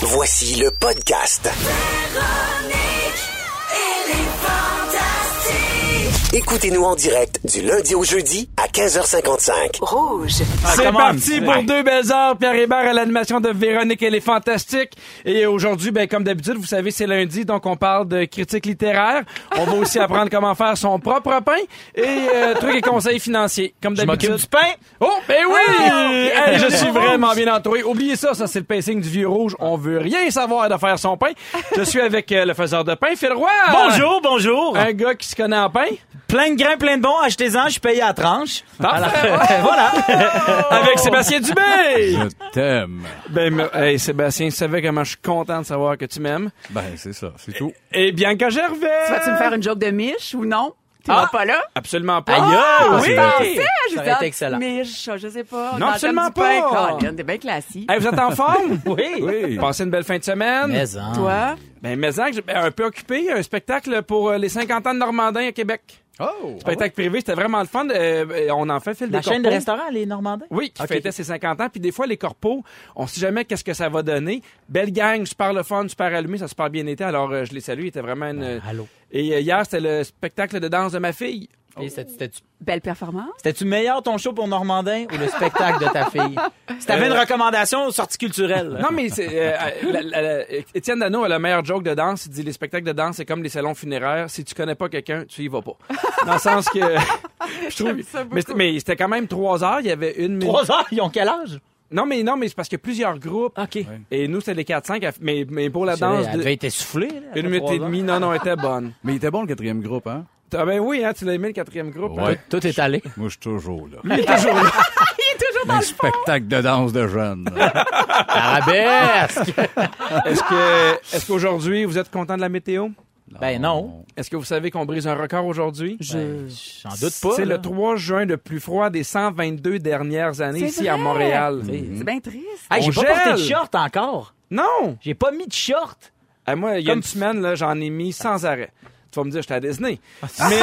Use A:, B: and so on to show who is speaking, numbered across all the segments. A: Voici le podcast. Écoutez-nous en direct du lundi au jeudi à 15h55.
B: Rouge.
C: C'est
D: come on.
C: parti pour
D: Ouais.
C: deux belles heures. Pierre Hébert à l'animation de Véronique, elle est fantastique. Et aujourd'hui, ben, comme d'habitude, vous savez, c'est lundi, donc on parle de critique littéraire. On va aussi apprendre comment faire son propre pain et euh, trucs et conseils financiers, comme d'habitude.
D: m'occupe du pain.
C: Oh, ben oui! Hey, Ben, je suis
D: Rouge.
C: vraiment bien entouré. Oubliez ça, ça c'est le pacing du vieux rouge. On veut rien savoir de faire son pain. Je suis avec euh, le faiseur de pain, Phil Roy.
D: Bonjour, bonjour.
C: Un gars qui se connaît en pain.
D: Plein de grains, plein de bons. Achetez-en, je suis payé à tranche.
C: Parfait. Oh!
D: voilà.
C: Avec Sébastien Dubé.
E: Je t'aime.
C: Ben, me- hey, Sébastien, tu savais comment je suis content de savoir que tu m'aimes.
E: Ben, c'est ça, c'est tout.
C: Et Bianca Gervais!
B: Vas-tu me faire une joke de Mich ou non? T'es vas
C: Ah.
B: pas là?
C: Absolument pas.
D: Ah,
C: oui!
B: Pensez, je
D: aurait
B: disais,
D: été excellent.
B: Mich, je sais pas.
C: Non,
B: dans le
C: absolument
B: thème du
C: pas.
B: pain, Colin, T'es bien classique.
C: Hey, vous êtes en forme?
D: Oui.
E: Oui.
C: Passez une belle fin de semaine.
D: Mais en-
B: Toi?
C: Ben, mais en que j'ai- ben, un peu occupé, un spectacle pour euh, les 50 ans de Normandin à Québec.
E: Oh!
C: Spectacle privé, c'était vraiment le fun. Euh, euh, on en fait fil
D: La
C: des
D: chaîne de
C: corpos.
D: restaurants, les Normandins?
C: Oui, qui
D: Ok.
C: fêtait ses 50 ans. Puis des fois, les corpos, on sait jamais qu'est-ce que ça va donner. Belle gang, super le fun, super allumé, ça a super bien été. Alors, euh, je les salue, il était vraiment une...
D: Ben, Allô.
C: Et euh, hier, c'était le spectacle de danse de ma fille.
D: Et c'était- C'était-tu
B: Belle performance.
D: c'était-tu meilleur ton show pour Normandin ou le spectacle de ta fille? Si t'avais une recommandation sortie culturelle.
C: Euh. Non, mais c'est, euh, euh, la- la- la- Étienne Dano a le meilleur joke de danse. Il dit les spectacles de danse, c'est comme les salons funéraires. Si tu connais pas quelqu'un, tu y vas pas. Dans le sens que. je trouve.
B: J'aime ça beaucoup.
C: mais, c'était- mais c'était quand même trois heures. Il y avait une minute.
D: Trois heures, ils ont quel âge?
C: Non, mais non, mais c'est parce qu'il y a plusieurs groupes.
D: OK.
C: Et nous, c'était les 4-5. Mais, mais pour la
D: Elle
C: danse, de-
D: devait être essoufflée. là,
C: une
D: après
C: minute
D: trois
C: et
D: heures.
C: demie, non, non, elle était bonne.
E: Mais il était bon le quatrième groupe, hein?
C: Ah ben oui, hein, tu l'as aimé le quatrième groupe. hein?
D: Tout est allé.
E: Moi, je suis toujours là.
C: Il est toujours là.
E: Un spectacle de danse de jeunes.
D: Arabesque!
C: Est-ce que, est-ce qu'aujourd'hui, vous êtes content de la météo?
D: Ben non. ben,
C: Est-ce que vous savez qu'on brise un record aujourd'hui?
D: Je- J'en doute pas.
C: C'est
D: là.
C: le 3 juin le plus froid des 122 dernières années
B: C'est
C: ici
B: vrai.
C: à Montréal.
B: C'est bien triste.
D: Hey, j'ai
C: On
D: pas porté de
C: gèle.
D: short encore.
C: Non!
D: J'ai pas mis de short.
C: Eh, moi, il y a
D: Comme
C: une
D: tu-
C: semaine, là, j'en ai mis sans arrêt. Tu vas me dire, j'étais à Disney.
D: Ah,
C: Mais,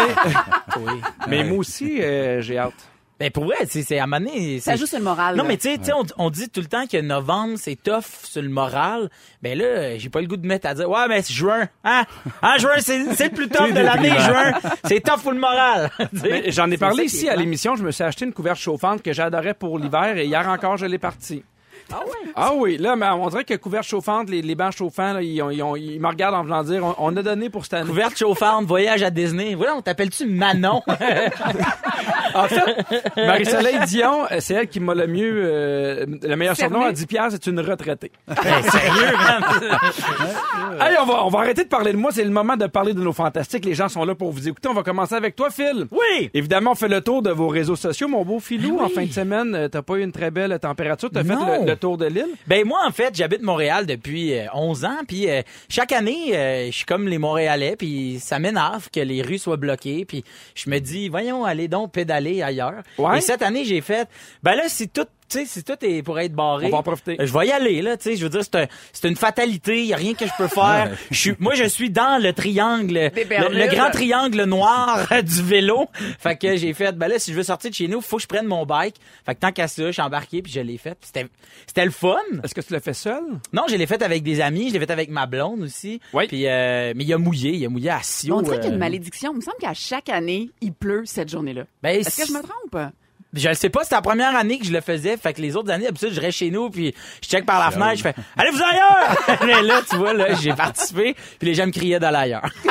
D: Oui.
C: mais moi aussi, euh, j'ai hâte.
D: Ben pour vrai, c'est c'est à maner.
B: Ça joue sur le moral.
D: Non,
B: là.
D: mais tu sais, tu sais, on, on dit tout le temps que novembre, c'est tough sur le moral. Ben là, j'ai pas le goût de mettre à dire, ouais, mais c'est juin. Hein? Hein, juin, c'est c'est le plus tough de l'année, juin. C'est tough pour le moral. Tu sais,
C: Mais J'en ai
D: c'est
C: parlé
D: ça qui
C: ici
D: est
C: à
D: plate.
C: l'émission. Je me suis acheté une couverte chauffante que j'adorais pour l'hiver et hier encore, je l'ai partie.
B: Ah ouais?
C: Ah oui, là, mais on dirait que couverte chauffante, les, les bancs chauffants, là, ils, ont- ils ont- ils me regardent en voulant dire, on, on a donné pour cette année.
D: Couverte chauffante, voyage à Disney. Voilà, on t'appelle-tu Manon?
C: En fait, Marie-Soleil Dion, euh, c'est elle qui m'a le mieux, euh, le meilleur
B: Cerné.
C: surnom à 10 piastres, c'est une retraitée.
D: Ben, sérieux, man.
C: Allez, on va, on va arrêter de parler de moi. C'est le moment de parler de nos fantastiques. Les gens sont là pour vous écouter. On va commencer avec toi, Phil.
D: Oui!
C: Évidemment, on fait le tour de vos réseaux sociaux. Mon beau Philou, en fin de semaine, euh, t'as pas eu une très belle température. T'as fait
D: Non.
C: le, le tour de l'île.
D: Ben moi en fait, j'habite Montréal depuis euh, 11 ans puis euh, chaque année euh, je suis comme les Montréalais puis ça m'énerve que les rues soient bloquées puis je me dis voyons allez donc pédaler ailleurs.
C: Ouais.
D: Et cette année j'ai fait ben là si tout tu sais, si tout est pour être barré.
C: On va en profiter.
D: euh, Je vais y aller, là, tu sais. Je veux dire, c'est un- c'est une fatalité. Il n'y a rien que je peux faire. Je suis, moi, je suis dans le triangle,
B: Des
D: le, le
B: Bermudes.
D: grand triangle noir euh, du vélo. Fait que j'ai fait, ben là, si je veux sortir de chez nous, faut que je prenne mon bike. Fait que tant qu'à ça, je suis embarqué puis je l'ai fait. Puis C'était, c'était le fun.
C: Est-ce que tu l'as fait seul?
D: Non, je l'ai faite avec des amis, je l'ai faite avec ma blonde aussi.
C: Oui.
D: Puis, euh, mais il a mouillé, il a mouillé à Sio.
B: On dirait qu'il y a
D: euh,
B: une malédiction. Il me semble qu'à chaque année, il pleut cette journée-là.
D: Ben,
B: Est-ce que je me trompe?
D: je le sais pas, c'était la première année que je le faisais. Fait que les autres années, d'habitude, je reste chez nous, puis je check par
C: Ah,
D: la fenêtre, je fais « Allez-vous ailleurs! » Mais là, tu vois, là, j'ai participé, puis les gens me criaient d'aller ailleurs.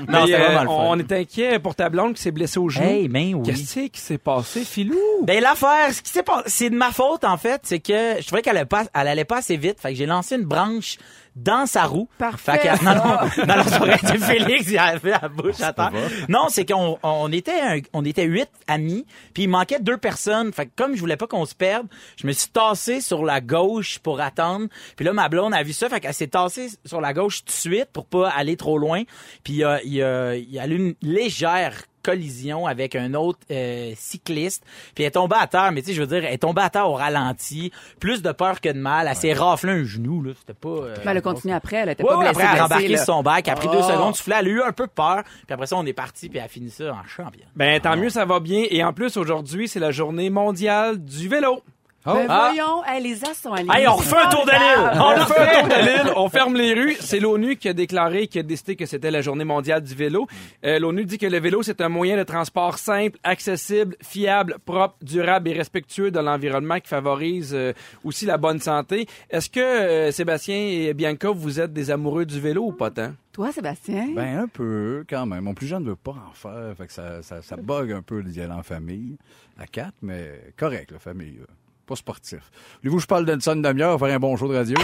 D: non,
C: Mais,
D: c'était
C: euh,
D: vraiment le fun.
C: on est inquiet pour ta blonde qui s'est blessée au genou.
D: Hey, ben oui.
C: Qu'est-ce qui s'est passé, Philou?
D: Ben l'affaire, ce qui s'est passé, c'est de ma faute en fait, c'est que je trouvais qu'elle allait pas, elle allait pas assez vite, fait que j'ai lancé une branche dans sa roue.
B: Parfait,
D: Fait que,
B: ça.
D: non, non, non, non, ça aurait été Félix, il avait la bouche à terre. Non, c'est qu'on on était un- on était huit amis, puis il manquait deux personnes. Fait que comme je voulais pas qu'on se perde, je me suis tassé sur la gauche pour attendre. Puis là ma blonde a vu ça, fait qu'elle s'est tassée sur la gauche tout de suite pour pas aller trop loin. Puis euh, il y a il y a eu une légère collision avec un autre euh, cycliste. Puis elle est tombée à terre, mais tu sais, je veux dire, elle est tombée à terre au ralenti, plus de peur que de mal. Elle s'est raflée un genou, là. C'était pas. euh,
B: Ben, elle a continué après. Elle était
D: Ouais,
B: pas
D: ouais,
B: blessée.
D: après, elle a
B: blessée,
D: rembarqué
B: là.
D: sur son bac. Elle a pris deux
B: Oh.
D: secondes, soufflé. Elle a eu un peu peur. Puis après ça, on est parti, puis elle a fini ça en champion.
C: Ben, tant mieux, ça va bien. Et en plus, aujourd'hui, c'est la journée mondiale du vélo.
E: Oh.
B: Ben
D: Ah.
B: voyons, hey, les astres sont alignés.
D: Hey, on refait un tour de l'île! On
C: On
D: refait
C: fait un tour de l'île, on ferme les rues. C'est l'ONU qui a déclaré, qui a décidé que c'était la journée mondiale du vélo. Euh, L'ONU dit que le vélo, c'est un moyen de transport simple, accessible, fiable, propre, durable et respectueux de l'environnement qui favorise euh, aussi la bonne santé. Est-ce que, euh, Sébastien et Bianca, vous êtes des amoureux du vélo ou pas tant?
B: Toi, Sébastien?
E: Ben, un peu, quand même. Mon plus jeune ne veut pas en faire. Fait que ça, ça, ça bug un peu d'y aller en famille. À quatre, mais correct, la famille. là. Pas sportif. Voulez-vous que je parle d'une sonne demi-heure, faire un bon show de radio?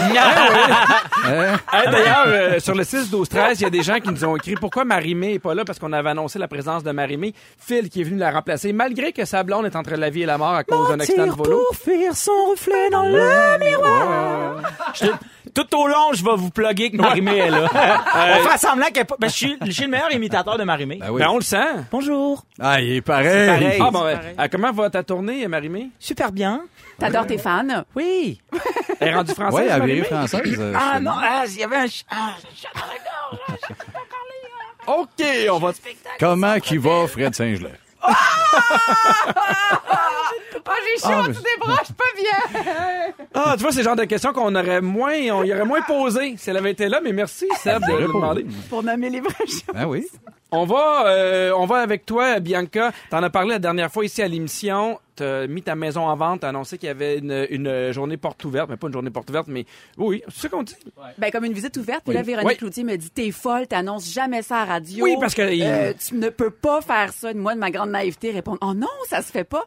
E: Hein?
C: Hey, D'ailleurs, euh, sur le 6, 12, 13, il y a des gens qui nous ont écrit pourquoi Marimé est pas là parce qu'on avait annoncé la présence de Marimé. Phil qui est venu la remplacer malgré que sa blonde est entre la vie et la mort à cause d'un accident de volo.
D: fuir son reflet dans le miroir. tout au long, je vais vous plugger que Marimé est là. on fait semblant qu'elle est pas... ben, je, suis, je suis le meilleur imitateur de Marimé.
E: Ben oui.
C: Ben, on le sent.
D: Bonjour.
E: Ah, il est pareil.
D: pareil.
C: Ah bon,
D: C'est
C: euh, euh, comment va ta tournée, Marimé?
D: Super bien.
B: T'adores tes fans?
D: Oui.
C: Elle est rendue française,
E: Oui, elle
C: Marie-Mé?
E: est française. euh,
D: Ah
E: je-
D: non, ah, il y avait un... ch- ah, ch-
C: OK, on va...
E: Comment qu'il va, Fred Saint-Gelais?
B: Ah, j'ai chaud,
E: Ah, mais-
B: tu débranches pas bien!
C: Ah, tu vois, c'est le genre de questions qu'on aurait moins... On y aurait moins posé si elle avait été là, mais merci, Seb, de
E: Elle
C: le
E: répond.
C: demander.
B: Pour nommer les vrais choses.
E: Ben oui.
C: On va, euh, on va avec toi, Bianca. T'en as parlé la dernière fois ici à l'émission. T'as mis ta maison en vente, t'as annoncé qu'il y avait une, une journée porte ouverte, mais pas une journée porte ouverte, mais oui, c'est ça qu'on dit.
B: Ben, comme une visite ouverte. Puis là, Véronique
C: Oui.
B: Cloutier me dit T'es folle, t'annonces jamais ça à la radio.
C: Oui, parce que-
B: Euh, tu ne peux pas faire ça. Moi, de ma grande naïveté, répondre Oh non, ça se fait pas.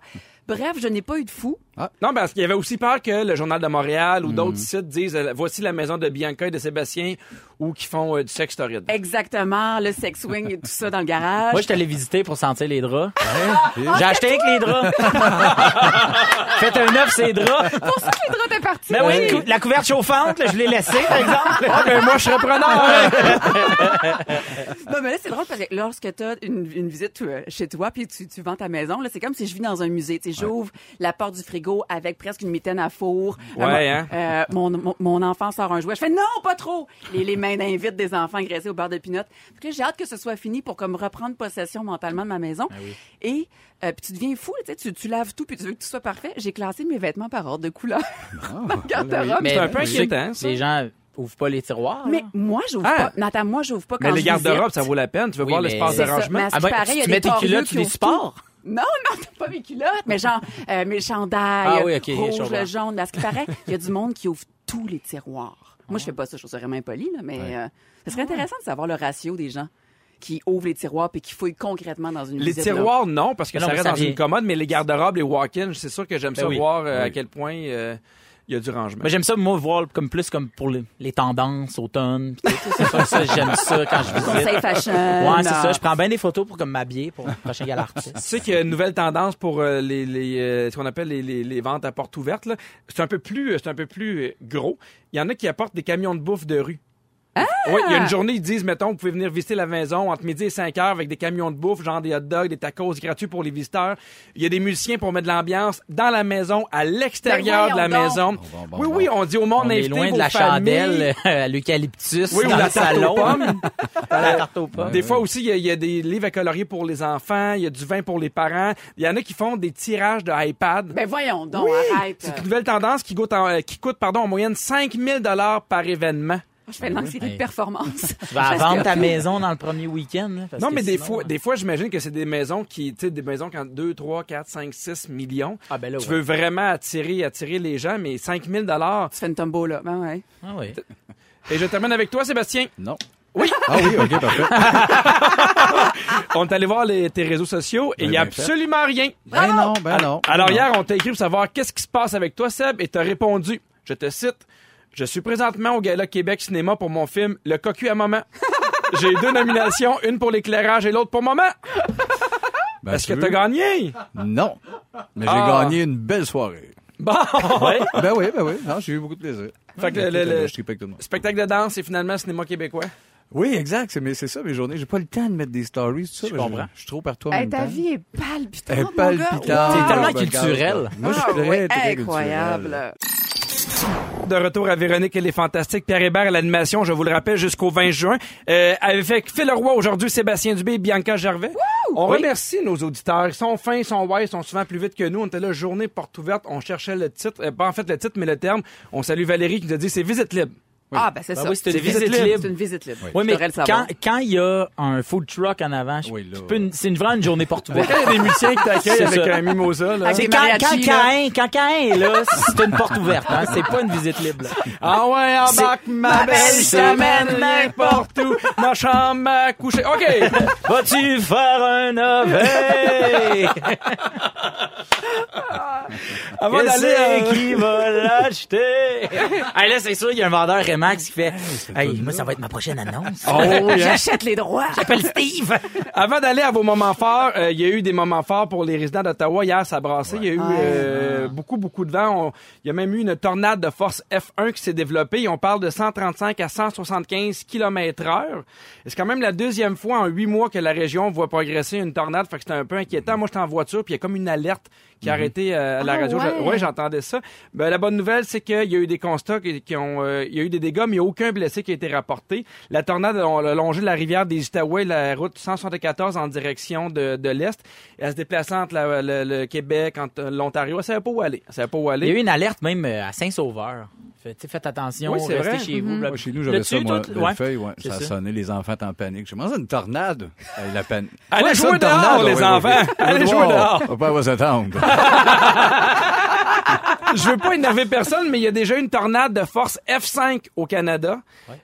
B: Bref, je n'ai pas eu de fou.
C: Non, parce qu'il y avait aussi peur que le Journal de Montréal ou d'autres sites disent euh, voici la maison de Bianca et de Sébastien ou qui font euh, du sexe torride.
B: Exactement, le sex swing et tout ça dans le garage.
D: Moi, je suis allé visiter pour sentir les draps.
E: Et-
D: J'ai acheté avec les draps. Faites un œuf, ces draps.
B: pour ça que les draps étaient partis.
D: Ben oui, une cou- la couverte chauffante, là, je l'ai laissée, par exemple.
C: Ben, moi, je serais
D: ah,
C: preneur!
B: Non, mais ben là, c'est drôle parce que lorsque tu as une, une visite euh, chez toi puis tu, tu vends ta maison, là, c'est comme si je vis dans un musée. Tu sais, j'ouvre la porte du frigo avec presque une mitaine à four.
C: Ouais,
B: mon,
C: hein?
B: euh, mon, mon- mon enfant sort un jouet. Je fais non, pas trop! Les, les mains d'invite des enfants graissés au beurre de pinot. Puis là, j'ai hâte que ce soit fini pour comme reprendre possession mentalement de ma maison.
C: Ah
B: Et euh, puis tu deviens fou, là, tu, sais, tu tu laves tout puis tu veux que tout soit parfait. J'ai classé mes vêtements par ordre de couleur
C: Ah,
B: dans le garde-robe.
D: Mais
C: C'est un peu
D: je sais que
C: inquiétant, ça.
D: Les gens ouvrent pas les tiroirs.
B: Mais
D: là.
B: moi, j'ouvre
C: Ah!
B: pas. Nathan, moi, j'ouvre pas quand
C: Mais les
B: je
C: garde-robes,
B: visite.
C: ça vaut la peine. Tu veux
D: Oui,
C: voir
D: mais-
C: l'espace
D: C'est
B: C'est ça.
C: d'arrangement?
B: Mais à ce
D: Ah
B: qui
D: ben,
B: paraît,
D: tu
B: il y a
D: mets
B: des
D: tes culottes,
B: corieux
D: tu
B: qui
D: les
B: ouvrent
D: supports?
B: tout. Non, non, t'as pas mes culottes, mais genre euh, mes chandails,
D: Ah oui, ok, je
B: rouge,
D: comprends.
B: le jaune. Là, ce qui paraît, il y a du monde qui ouvre tous les tiroirs. Moi, je fais pas ça, je trouve ça vraiment impoli, là, mais euh,
D: Ah
B: ce serait intéressant de savoir le ratio des gens qui ouvrent les tiroirs puis qui fouillent concrètement dans une
C: Les
B: visite, là.
C: tiroirs, non, parce que
D: Mais non,
C: ça
D: mais
C: reste
D: ça
C: dans
D: vient.
C: une commode, mais les garde-robes, les walk-ins, c'est sûr que j'aime
D: Ben
C: ça
D: oui.
C: voir euh, à quel point euh, il y a du rangement.
D: Mais j'aime ça, moi, voir comme plus comme pour les, les tendances, automne. pis tout, tu sais, C'est ça, ça, j'aime ça quand je visite.
B: Conseil fashion.
D: Ouais, c'est ça.
B: euh,
D: Je prends bien des photos pour comme m'habiller pour le prochain gala artiste.
C: Tu sais qu'il y a une nouvelle tendance pour euh, les, les, euh, ce qu'on appelle les, les- les ventes à porte ouverte. là. C'est un peu plus, euh, c'est un peu plus euh, gros. Il y en a qui apportent des camions de bouffe de rue.
B: Ah!
C: Oui, il y a une journée, ils disent, mettons, vous pouvez venir visiter la maison entre midi et 5 heures avec des camions de bouffe, genre des hot dogs, des tacos gratuits pour les visiteurs. Il y a des musiciens pour mettre de l'ambiance dans la maison, à l'extérieur de
B: Ben
C: la
B: voyons
C: maison.
E: Bon, bon,
C: oui,
E: bon,
C: oui, on dit au monde,
D: On est
C: invitez
D: loin
C: vos
D: de la
C: familles.
D: chandelle euh, à l'eucalyptus
C: Oui, ou
D: dans
C: la
D: le
C: tarte aux
D: salon.
C: pommes.
D: la tarte aux pommes.
C: Des fois aussi, il y, a- il y a des livres à colorier pour les enfants, il y a du vin pour les parents. Il y en a qui font des tirages de iPad.
B: Ben voyons donc, arrête. euh.
D: euh,
C: C'est une nouvelle tendance qui coûte, en, euh, qui coûte pardon, en moyenne 5000 dollars par événement.
B: Je fais une anxiété de
D: Hey.
B: performance.
D: Tu vas vendre ta maison dans le premier week-end. là, parce
C: Non,
D: que
C: mais des
D: sinon,
C: fois,
D: euh,
C: des fois, j'imagine que c'est des maisons qui, tu sais, des maisons qui ont 2, 3, 4, 5, 6 millions.
D: Ah, ben là,
C: Tu
D: ouais.
C: veux vraiment attirer, attirer les gens, mais 5000 dollars.
B: Tu fais une tombeau, là. Ben ouais.
D: Ah, oui.
C: Et je termine avec toi, Sébastien.
E: Non.
C: Oui.
E: Ah oui, OK, parfait.
C: On est allé voir les, tes réseaux sociaux et il
E: Oui,
C: n'y a
E: bien fait.
C: absolument rien.
E: Ben non, ben non.
C: Hein? Alors hier, on t'a écrit pour savoir qu'est-ce qui se passe avec toi, Seb, et t'as répondu, je te cite, « Je suis présentement au Gala Québec Cinéma pour mon film Le cocu à maman. J'ai deux nominations, une pour l'éclairage et l'autre pour maman.
E: Ben,
C: Est-ce que
E: tu
C: t'as
E: veux?
C: gagné?
E: Non. Mais j'ai
C: Ah.
E: gagné une belle soirée.
C: Bon!
E: Ben oui, ben oui. Non, j'ai eu beaucoup de plaisir.
C: Fait que le- le- le-
E: Je tripais avec tout le monde.
C: Spectacle de danse et finalement cinéma québécois.
E: Oui, exact. C'est, mais c'est ça, mes journées. J'ai pas le temps de mettre des stories, tout ça. Je
D: comprends.
E: Je suis trop partout en
B: Hey,
E: même
B: ta
E: temps.
B: vie est
E: Elle est
B: palpitante, mon gars.
E: palpitante.
B: Wow.
D: T'es tellement
E: Regarde,
D: culturel.
E: là. Moi, je suis
B: Ah
E: très,
B: ouais,
E: très culturel.
B: incroyable.
C: De retour à Véronique et les Fantastiques. Pierre Hébert à l'animation, je vous le rappelle, jusqu'au 20 juin. Euh, avec Phil Roy aujourd'hui, Sébastien Dubé et Bianca Gervais. On remercie nos auditeurs. Ils sont fins, ils sont wise, ils sont souvent plus vite que nous. On était là, journée porte ouverte. On cherchait le titre. euh, pas en fait le titre, mais le terme. On salue Valérie qui nous a dit c'est visite libre.
B: Ah, ben c'est
D: Ben
B: ça.
D: oui, c'est une
B: C'est
D: visite libre.
B: C'est une visite libre.
D: Oui,
B: Tu
D: mais
B: devrais le
D: quand
B: savoir.
D: quand il y a un food truck en avant, je-
E: Oui, là.
D: tu peux une- c'est une vraie une journée porte ouverte.
C: Quand il y a des musiciens qui t'accueillent
D: C'est
C: avec
D: ça.
C: un mimosa, là.
B: Avec
D: C'est
B: des
D: quand, quand,
B: mariachis, là.
D: Caïn, quand Caïn est là, c'est une porte ouverte. Hein? C'est pas une visite libre. là.
C: Ah ouais, embarque ma belle, je
D: c'est-
C: t'amène n'importe où. Ma chambre à coucher. OK.
D: Vas-tu faire un oeil?
C: Avant d'aller... euh,
D: qui va l'acheter? hey, là, c'est sûr, il y a un vendeur Remax qui fait Hey, moi, ça va être ma prochaine annonce.
C: Oh, yeah.
B: J'achète les droits.
D: J'appelle Steve.
C: Avant d'aller à vos moments forts, euh, il y a eu des moments forts pour les résidents d'Ottawa. Hier, ça a brassé. Il y a eu euh, beaucoup, beaucoup de vent. On- Il y a même eu une tornade de force F1 qui s'est développée. Et on parle de 135 à 175 km heure. Et C'est quand même la deuxième fois en huit mois que la région voit progresser une tornade. Fait que c'est un peu inquiétant. Moi, j'étais en voiture, puis il y a comme une alerte qui a arrêté euh, à la
B: Ah,
C: radio. Je-
B: ouais.
C: ouais, j'entendais ça. Ben, la bonne nouvelle, c'est qu'il y a eu des constats qui, qui ont, euh, il y a eu des dégâts, mais il n'y a aucun blessé qui a été rapporté. La tornade a a longé la rivière des Outaouais, la route 174 en direction de, de l'Est. Elle se déplaçait entre la- le, le Québec, entre l'Ontario. Elle ne savait pas où aller. Elle savait pas où aller.
D: Il y a eu une alerte même euh, à Saint-Sauveur. Fait- tu sais, Faites attention,
C: Oui, c'est
D: restez
C: vrai.
D: chez vous.
E: Moi, chez nous, j'avais ça, moi, Bellefeuille, ouais.
D: C'est
E: Ça a
D: ça.
E: sonné, les enfants étaient en panique. J'ai mangé une tornade. Hey, la pan-
C: Allez
E: Ouais, ça,
C: jouer
E: une tornade,
C: dehors,
E: ouais,
C: les
E: ouais,
C: enfants.
E: ouais.
C: Allez
E: Ouais,
C: jouer
E: ouais.
C: dehors.
E: On va pas s'attendre.
B: Ah,
C: je veux pas énerver personne, mais il y a déjà une tornade de force F5 au Canada.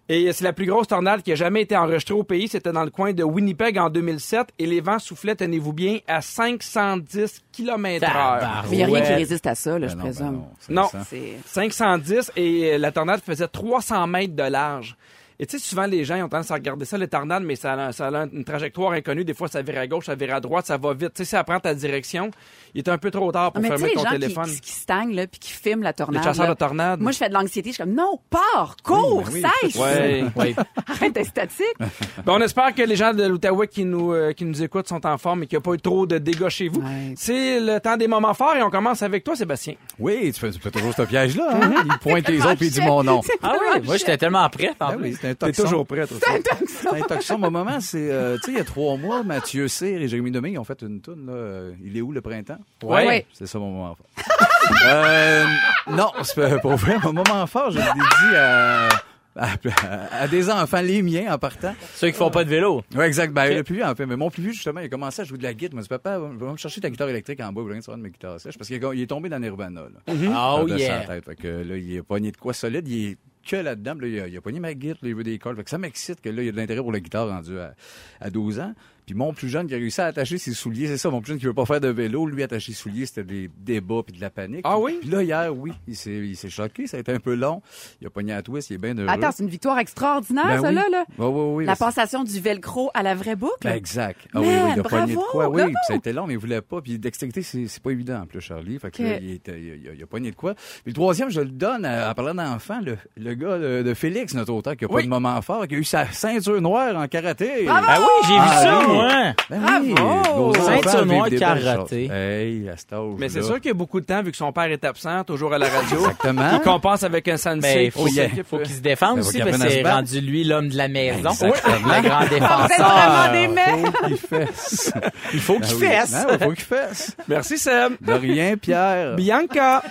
C: Et c'est la plus grosse tornade qui a jamais été enregistrée au pays. C'était dans le coin de Winnipeg en 2007. Et les vents soufflaient, tenez-vous bien, à 510 km heure.
D: Tabarouette.
B: Mais il n'y a rien qui résiste à ça, là, je
E: Ben non, ben
B: présume.
E: non, c'est
C: Non.
E: ça.
B: C'est.
C: 510 et euh, la tornade faisait 300 mètres de large. Et tu sais, souvent, les gens ils ont tendance à regarder ça, les tornades, mais ça a, ça a une trajectoire inconnue. Des fois, ça vire à gauche, ça vire à droite, ça va vite. Tu sais, ça prend ta direction. Il est un peu trop tard
B: Ah,
C: pour
B: mais tu sais,
C: fermer
B: les
C: ton
B: gens
C: téléphone.
B: qui, qui stagnent, là, puis qui filment la tornade.
C: Les chasseurs
B: là.
C: de tornades.
B: Moi, je fais de l'anxiété. Je suis comme, non, pars, cours,
E: Oui, ben oui.
B: cesse.
C: Ouais.
D: Ouais.
B: Arrête d'être statique.
C: Ben, on espère que les gens de l'Outaouais qui nous euh, qui nous écoutent sont en forme et qu'il n'y a pas eu trop de dégâts chez vous.
B: Ouais.
C: C'est le temps des moments forts et on commence avec toi, Sébastien.
E: Oui, tu fais, tu fais toujours ce piège-là. hein.
C: Mhm.
E: Il pointe les autres et il dit mon nom.
B: C'est
D: Ah oui,
B: vraiment
D: moi, j'étais tellement prêt. en
E: Ah
D: plus.
E: oui, c'est un
C: T'es
E: toxon.
C: toujours prêt, toi.
E: Un toxon, mon moment, c'est, euh, tu sais, il y a trois mois, Mathieu Cyr et Jérémy Domingue ont fait une toune, là, euh, Il est où le printemps?
C: Ouais.
B: Ouais.
E: C'est ça mon moment fort. Euh, non, c'est pas pour vrai. Mon moment fort, je l'ai dit à, à- à des enfants, les miens en partant.
D: Ceux qui font pas de vélo.
E: Oui, exact. Ben, le plus vieux, en fait. Mais mon plus vieux, justement, il a commencé à jouer de la guitare. Il m'a dit, papa, va va me chercher ta guitare électrique en bas, je vais de mes guitares sèches. Parce qu'il est- il est tombé dans Nirvana, là.
B: Mm-hmm.
C: Ah,
D: Oh
E: Par-dessus la
D: yeah.
E: tête. Fait que là, il a pogné de quoi solide. Il est que là-dedans. Puis Là, il, a, il a pogné ma guitare, là, il veut des cordes. Fait que ça m'excite que là, il y a de l'intérêt pour la guitare rendu à, à 12 ans. Puis mon plus jeune qui a réussi à attacher ses souliers, c'est ça, mon plus jeune qui veut pas faire de vélo, lui attacher ses souliers, c'était des débats puis de la panique.
C: Ah oui?
E: Puis là, hier, oui, il s'est, il s'est choqué, ça a été un peu long. Il a pogné à twist, il est bien heureux.
B: Attends, c'est une victoire extraordinaire,
E: Ben
B: ça,
E: oui.
B: là, là.
E: Ouais, ouais, ouais, ben
B: La
E: parce-
B: passation du velcro à la vraie boucle.
E: ben, exact. Ah
B: Man,
E: oui, oui, il a
B: bravo,
E: pogné de quoi. Oui,
B: bravo.
E: puis ça a été long, mais il voulait pas. Puis dextérité, c'est c'est pas évident, en plus, Charlie. Fait que
B: Ok.
E: là, il, était- il a- il a, il a pogné de quoi. Puis le troisième, je le donne, à- en parlant d'enfant, le, le gars de, de Félix, notre auteur, qui a pas
C: Oui.
E: de moment fort, qui a eu sa ceinture noire en karaté.
B: Bravo!
D: Ah oui, j'ai vu
E: Ah
D: ça,
E: oui.
D: moi.
E: Ben oui,
B: Bravo!
E: nos enfants
D: Ceinture
E: vivent
D: noire
E: des belles
D: karaté.
E: choses. Hey, à cet âge
C: Mais c'est sûr qu'il y a beaucoup de temps vu que son père est absent, toujours à la radio.
E: Exactement.
C: Il compense avec un
D: Mais
C: sensei.
D: il faut, qu'il- faut qu'il se défende
E: Ben, faut
D: aussi
E: qu'il
D: parce que
E: apprenne à
D: c'est
E: se battre.
D: rendu lui l'homme de la maison.
E: Exactement.
D: Le grand
B: Ah, vous êtes
D: défenseur.
B: vraiment des mecs.
E: Il fesse.
D: Il faut
E: Ben
D: qu'il
E: oui.
D: fesse.
E: Ben oui, faut qu'il fesse.
C: Merci Seb.
E: De rien, Pierre.
C: Bianca.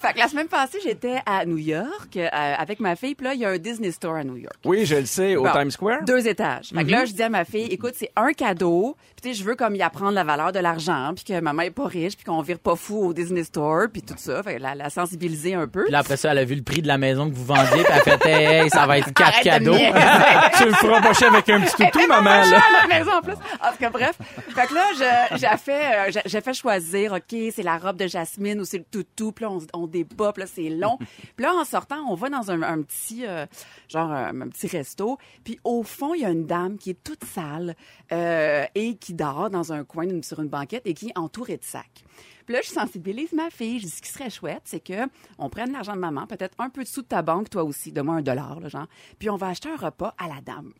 B: Fait que la semaine passée, j'étais à New York euh, avec ma fille. Puis là, il y a un Disney Store à New York.
C: Oui, je le sais, au
B: Bon,
C: Times Square. Mm-hmm.
B: Deux étages. Fait que là, je dis à ma fille, écoute, c'est un cadeau. Puis tu sais, je veux comme y apprendre la valeur de l'argent, puis que maman est pas riche, puis qu'on vire pas fou au Disney Store, puis tout ça. Fait que la, la sensibiliser un peu.
D: Puis là, après ça, elle a vu le prix de la maison que vous vendiez, puis elle a fait hey, hey, ça va être quatre
B: Arrête de
D: cadeaux.
B: niaiser.
C: Ah, tu me feras pas chier avec un petit toutou,
B: Elle
C: maman.
B: est
C: Là.
B: à la maison en plus. En tout cas, bref. Fait que là, je- j'ai fait, euh, j'ai- j'ai fait choisir, OK, c'est la robe de Jasmine ou c'est le toutou. Puis là, on, se- on débat, puis là, c'est long. Puis là, en sortant, on va dans un, un petit, euh, genre, un, un petit resto. Puis au fond, il y a une dame qui est toute sale euh, et qui dort dans un coin une- sur une banquette et qui est entourée de sacs. Puis là, je sensibilise ma fille. Je dis, ce qui serait chouette, c'est que on prenne l'argent de maman, peut-être un peu de sous de ta banque, toi aussi, donne-moi un dollar, là, genre. Puis on va acheter un repas à la dame.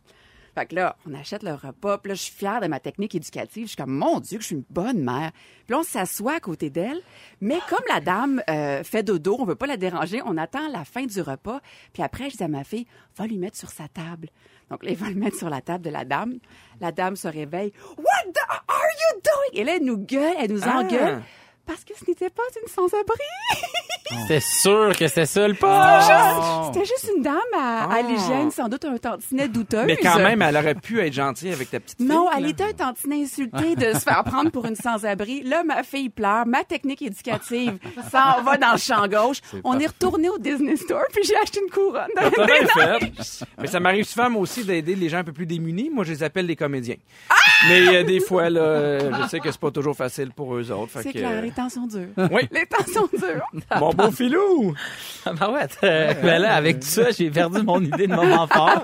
B: Fait que là, on achète le repas. Puis là, je suis fière de ma technique éducative. Je suis comme, mon Dieu, que je suis une bonne mère. Puis là, on s'assoit à côté d'elle. Mais comme la dame euh, fait dodo, on veut pas la déranger. On attend la fin du repas. Puis après, je dis à ma fille, va lui mettre sur sa table. Donc là, ils vont le mettre sur la table de la dame. La dame se réveille. What the are you doing? Et là, elle nous gueule, elle nous
C: Ah!
B: engueule. Parce que ce n'était pas une sans-abri.
D: C'était sûr que c'était ça le pas.
C: Oh!
B: C'était juste une dame à, à l'hygiène, sans doute un tantinet douteuse.
C: Mais quand même, elle aurait pu être gentille avec ta petite fille.
B: Non,
C: là.
B: elle était un tantinet insultée de se faire prendre pour une sans-abri. Là, ma fille pleure. Ma technique éducative, ça en va dans le champ gauche. On est retourné au Disney Store, puis j'ai acheté une couronne.
C: T'as bien fait. Mais ça m'arrive souvent, moi aussi, d'aider les gens un peu plus démunis. Moi, je les appelle les comédiens.
B: Ah!
C: Mais euh, des fois, là, euh, je sais que c'est pas toujours facile pour eux autres. fait
B: C'est
C: que, euh,
B: clair, les temps sont durs.
C: Oui.
B: Les temps sont durs.
C: Mon beau filou!
D: Ah bah ouais, euh, ben là, avec tout ça, j'ai perdu mon idée de moment fort.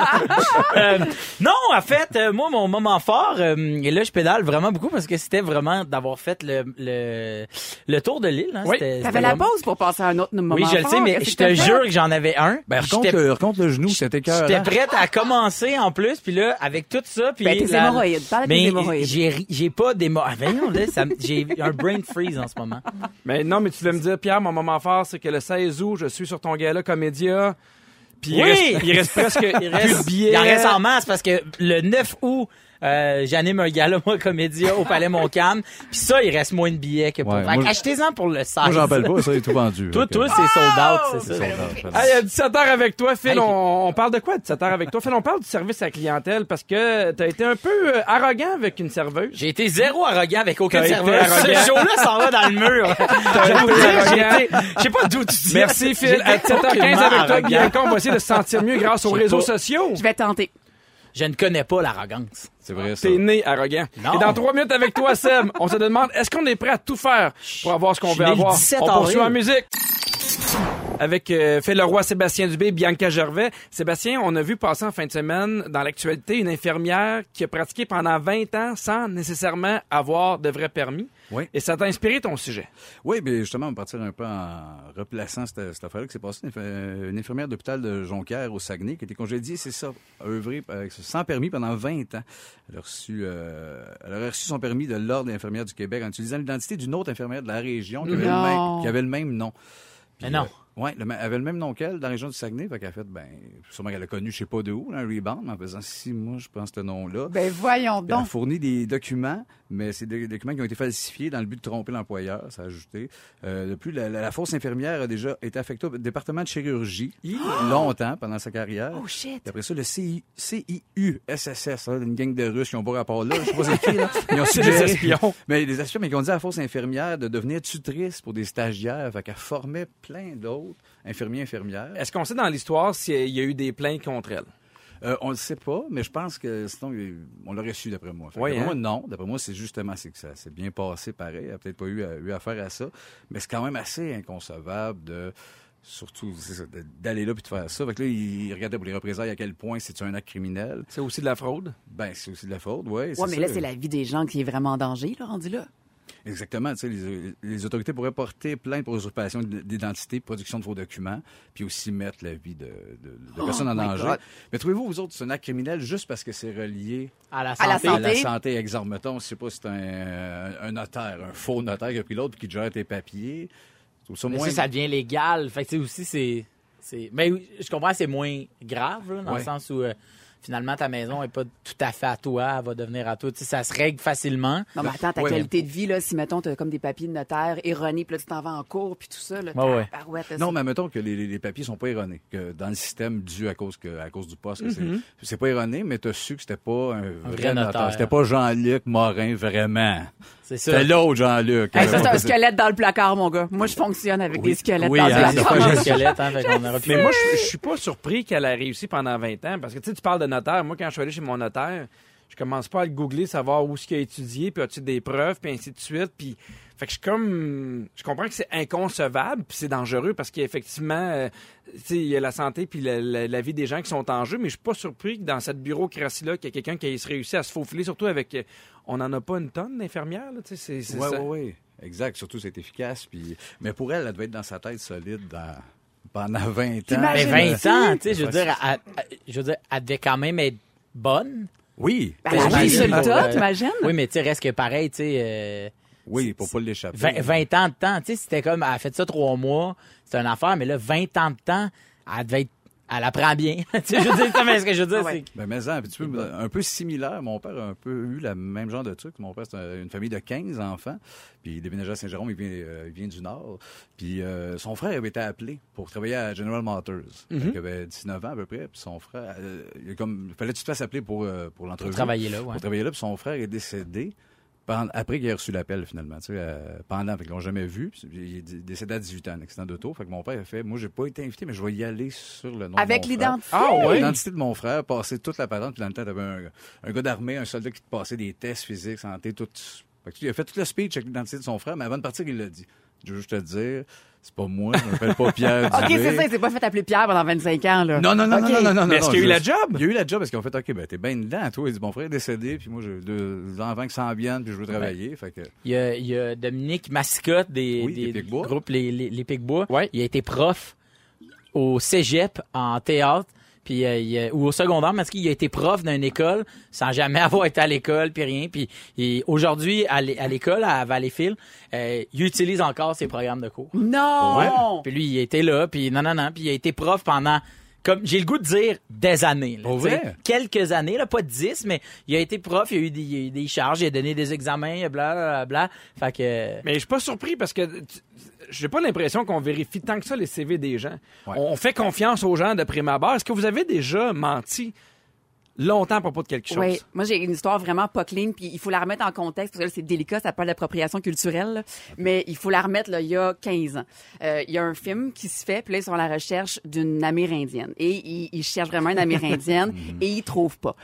D: Euh, non, en fait, euh, moi, mon moment fort, euh, et là, je pédale vraiment beaucoup parce que c'était vraiment d'avoir fait le, le, le tour de l'île. Hein,
C: Oui.
D: C'était- c'était
B: T'avais la
D: vraiment-
B: pause pour passer à un autre moment.
D: Oui, je le sais,
B: fort.
D: mais
B: Qu'est-ce
D: je
B: que
D: te
B: t'as fait?
D: jure que j'en avais un.
E: Ben, raconte,
D: J'étais-
E: le, raconte le genou, c'était cœur.
D: J'étais prête à commencer en plus, puis là, avec tout ça, puis
B: Ben, tes
D: la-
B: hémorroïdes, parle de tes
D: mais
B: hémorroïdes.
D: j'ai ri- j'ai pas d'hémorroïdes. Ah, ben non, là, ça me- j'ai un brain freeze en ce moment.
C: Mais non, mais tu voulais me dire, Pierre, mon moment fort, c'est que le 16 août, je suis sur ton gala Comédia. Puis il
D: Oui!
C: reste- il reste presque il
D: reste-
C: plus de billets.
D: Il en reste en masse parce que le 9 août, euh, j'anime un gala, moi, comédia au Palais Montcalm. Puis ça, il reste moins de billets que pour.
E: Ouais,
D: Fait
E: moi,
D: que achetez-en pour le 16.
E: Moi, j'en parle pas, ça est tout vendu.
D: Toi,
E: Fait que-
D: toi, c'est sold out, c'est ça.
C: Hey, euh, 17 heures avec toi, Phil.
D: Hey.
C: On, on parle de quoi, 17 heures avec toi? Phil, on parle du service à la clientèle parce que t'as été un peu euh, arrogant avec une serveuse.
D: J'ai été zéro arrogant avec aucun
C: T'as été
D: serveur. Ce
C: arrogant.
D: show-là s'en va dans le mur. Je vais vous dire, j'ai été- Je sais pas d'où tu dis.
C: Merci, Phil. À 17h15 avec toi, Bianca, on va essayer de se sentir mieux grâce aux
D: J'ai
C: réseaux
D: pas-
C: sociaux.
B: Je vais tenter.
D: Je ne connais pas l'arrogance.
E: C'est vrai, ça.
C: T'es né arrogant.
D: Non.
C: Et dans trois minutes avec toi, Seb, on se demande est-ce qu'on est prêt à tout faire pour avoir ce qu'on
D: Je
C: veut
D: l'ai le
C: avoir.
D: 17
C: on
D: avril.
C: poursuit en musique. Avec euh, Phil Leroy, Sébastien Dubé, Bianca Gervais. Sébastien, on a vu passer en fin de semaine dans l'actualité une infirmière qui a pratiqué pendant 20 ans sans nécessairement avoir de vrai permis.
E: Oui.
C: Et ça t'a inspiré ton sujet.
E: Oui, mais justement, on va partir un peu en replaçant cette, cette affaire-là qui s'est passée. Une, inf- une infirmière d'hôpital de Jonquière au Saguenay qui a été congédiée, c'est ça, a œuvré euh, avec- sans permis pendant 20 ans. Elle a reçu, euh, elle aurait reçu son permis de l'Ordre des infirmières du Québec en utilisant l'identité d'une autre infirmière de la région qui avait, le
B: Non.
E: même, qui avait le même nom.
D: Mais non.
E: Oui, elle avait le même nom qu'elle dans la région du Saguenay. Fait qu'elle a fait, ben, sûrement qu'elle a connu, je sais pas de où, là, un rebound, mais en faisant, si moi, je prends ce nom-là.
B: Ben voyons
E: Puis Elle a
B: donc.
E: fourni des documents, mais c'est des documents qui ont été falsifiés dans le but de tromper l'employeur, ça a ajouté. Euh, de plus, la, la- la fausse infirmière a déjà été affectée au département de chirurgie longtemps pendant sa carrière.
B: Oh shit.
E: Puis après ça, le CI, CIUSSS, hein, une gang de Russes qui ont pas rapport là, je sais pas c'est qui, là. Ils ont
C: des
E: suggéré...
C: espions.
E: Mais des espions, mais qui ont dit à la fausse infirmière de devenir tutrice pour des stagiaires. Fait qu'elle formait plein d'autres infirmiers, infirmières.
C: Est-ce qu'on sait dans l'histoire s'il y a eu des plaintes contre elle?
E: Euh, on le sait pas, mais je pense que sinon, il- on l'aurait su d'après moi. Fait que
C: Oui,
E: d'après
C: hein?
E: moi, non. D'après moi, c'est justement c'est que ça s'est bien passé pareil. Elle a peut-être pas eu, à- eu affaire à ça, mais c'est quand même assez inconcevable de surtout c'est ça, de- d'aller là puis de faire ça. Fait que là, il, il regardait pour les représailles à quel point c'est un acte criminel.
C: C'est aussi de la fraude?
E: Ben, c'est aussi de la faute, ouais.
B: Ouais, mais
E: ça.
B: là, c'est la vie des gens qui est vraiment en danger, là, rendu là.
E: Exactement. Tu sais, les, les autorités pourraient porter plainte pour usurpation d'identité, production de faux documents, puis aussi mettre la vie de, de- de personnes en
B: Oh my
E: danger.
B: God.
E: Mais trouvez-vous, vous autres, c'est un acte criminel juste parce que c'est relié
D: À la
B: À la
D: santé.
E: À la santé, exemple. Mettons, je sais pas si c'est un, un notaire, un faux notaire qui a pris l'autre puis qui gère tes papiers. Je trouve ça
D: Mais
E: moins.
D: ça, ça devient légal. Fait que, tu sais, aussi, c'est. c'est- Mais oui, je comprends, c'est moins grave, là, dans
E: Ouais.
D: le sens où. euh, Finalement, ta maison est pas tout à fait à toi, elle va devenir à toi. Tu sais, ça se règle facilement.
B: Non, mais attends, ta
E: Ouais,
B: qualité de vie, là, si, mettons, t'as comme des papiers de notaire erronés, puis là, tu t'en vas en cours, puis tout ça, là,
D: Ouais, ouais.
B: tabarouette, là,
E: Non,
B: ça-
E: mais mettons que les, les- les papiers sont pas erronés, que dans le système dû à cause que à cause du poste, que c'est-
B: Mm-hmm.
E: c'est pas erroné, mais t'as su que c'était pas un vrai,
D: vrai
E: notaire.
D: notaire.
E: C'était pas Jean-Luc Morin vraiment.
D: C'est ça.
E: C'était l'autre Jean-Luc.
B: Hey, Ah, ça, c'est un
E: Euh,
B: squelette dans le placard, mon gars. Moi, je fonctionne avec des squelettes
E: Oui,
B: dans
E: hein,
B: le
D: c'est
E: c'est
D: pas
E: pas
B: placard.
D: un squelette, hein, fait qu'on aura plus-
C: Mais moi, je, je suis pas surpris qu'elle a réussi pendant 20 ans. Parce que tu sais, tu parles de notaire. Moi, quand je suis allé chez mon notaire, je commence pas à le googler, savoir où ce qu'il a étudié, puis as-tu des preuves, puis ainsi de suite. Puis, fait que je suis comme, je comprends que c'est inconcevable, puis c'est dangereux parce qu'effectivement, euh, tu sais, il y a la santé puis la, la- la vie des gens qui sont en jeu. Mais je suis pas surpris que dans cette bureaucratie-là, qu'il y a quelqu'un qui ait réussi à se faufiler, surtout avec, euh, on en a pas une tonne d'infirmières, là, tu sais, c'est, c'est
E: Ouais,
C: ça.
E: ouais, ouais. Exact. Surtout, c'est efficace. Puis, mais pour elle, elle devait être dans sa tête solide dans- pendant 20 ans. Euh,
D: Mais
B: T'imagines-
D: 20 ans, tu sais, je veux dire, elle- elle- je veux dire, elle devait quand même être bonne.
E: Oui.
B: Ben,
D: Mais
B: la
E: oui,
B: vie, c'est
D: j'imagine
B: le
D: pour,
B: tas,
D: euh,
B: t'imagines?
D: Oui, mais tu sais, reste que pareil, tu sais, euh,
E: oui, pour pas l'échapper.
D: 20, 20 ans de temps, tu sais, c'était comme, elle a fait ça trois mois, c'est une affaire, mais là, 20 ans de temps, elle devait être, elle apprend bien. tu sais, je veux dire, tu sais, ce que je veux dire,
B: Ah ouais.
D: c'est
E: Ben, mais en, un petit peu, un peu similaire. Mon père a un peu eu le même genre de truc. Mon père, c'est un- une famille de 15 enfants. Puis il déménageait à Saint-Jérôme, il vient, euh, il vient du Nord. Puis euh, son frère avait été appelé pour travailler à General Motors.
D: Mhm.
E: Il avait 19 ans à peu près. Puis son frère, euh, il a comme, fallait que tu te fasses appeler pour, euh, pour l'entrevue.
D: travailler là, ouais.
E: Pour travailler là. Puis son frère est décédé. pendant- Après qu'il ait reçu l'appel, finalement, tu sais, euh, pendant, fait qu'ils l'ont jamais vu. Puis Il est d- décédé à 18 ans, un accident d'auto. Fait que mon père a fait, moi, j'ai pas été invité, mais je vais y aller sur le nom de
B: Avec
E: mon frère.
B: l'identité.
C: Ah oui?
E: L'identité de mon frère passait toute la patente. Puis dans le temps, t'avais un, un gars d'armée, un soldat qui te passait des tests physiques, santé, tout. Fait que, il a fait tout le speech avec l'identité de son frère, mais avant de partir, il l'a dit. Je veux juste te dire, c'est pas moi, je m'appelle pas Pierre
B: OK,
E: Dubé.
B: c'est ça, il s'est pas fait appeler Pierre pendant 25 ans, là.
E: Non, non, non,
B: OK.
E: non, non, non, non.
C: Mais est-ce
E: non,
C: qu'il y a eu
E: juste-
C: la job?
E: Il y a eu la job parce qu'ils ont fait, OK, ben, t'es bien dedans, toi. Il dit, mon frère est décédé, puis moi, j'ai deux enfants qui s'en viennent, puis je veux travailler.
C: Ben,
E: Fait que,
D: Il y, a, il y a Dominique Mascotte des,
E: Oui,
D: des
E: des Picbois.
D: groupes Les, les, les Picbois.
C: Ouais.
D: Il a été prof au cégep en théâtre. Puis, euh, il a- ou au secondaire, parce qu'il a été prof d'une école sans jamais avoir été à l'école, puis rien. Puis il- aujourd'hui, à l'é- à l'école, à Valleyfield, euh, il utilise encore ses programmes de cours.
B: Non!
D: Puis lui, il était là, puis non, non, non. Puis il a été prof pendant, comme j'ai le goût de dire, des années. là,
E: Pour
D: tu sais.
E: vrai?
D: Quelques années, là, pas dix, mais il a été prof, il a eu des, il a eu des charges, il a donné des examens, bla, bla, bla, bla. Fait que...
C: Mais je suis pas surpris parce que tu- j'ai pas l'impression qu'on vérifie tant que ça les CV des gens.
E: Ouais.
C: On on fait confiance aux gens de prime abord. Est-ce que vous avez déjà menti longtemps à propos de quelque chose?
B: Oui, moi j'ai une histoire vraiment pas clean, puis il faut la remettre en contexte, parce que là c'est délicat, ça parle d'appropriation culturelle, là. mais il faut la remettre là, il y a 15 ans. Euh, il y a un film qui se fait, puis là ils sont à la recherche d'une Amérindienne, et ils, ils cherchent vraiment une Amérindienne, et ils trouvent pas.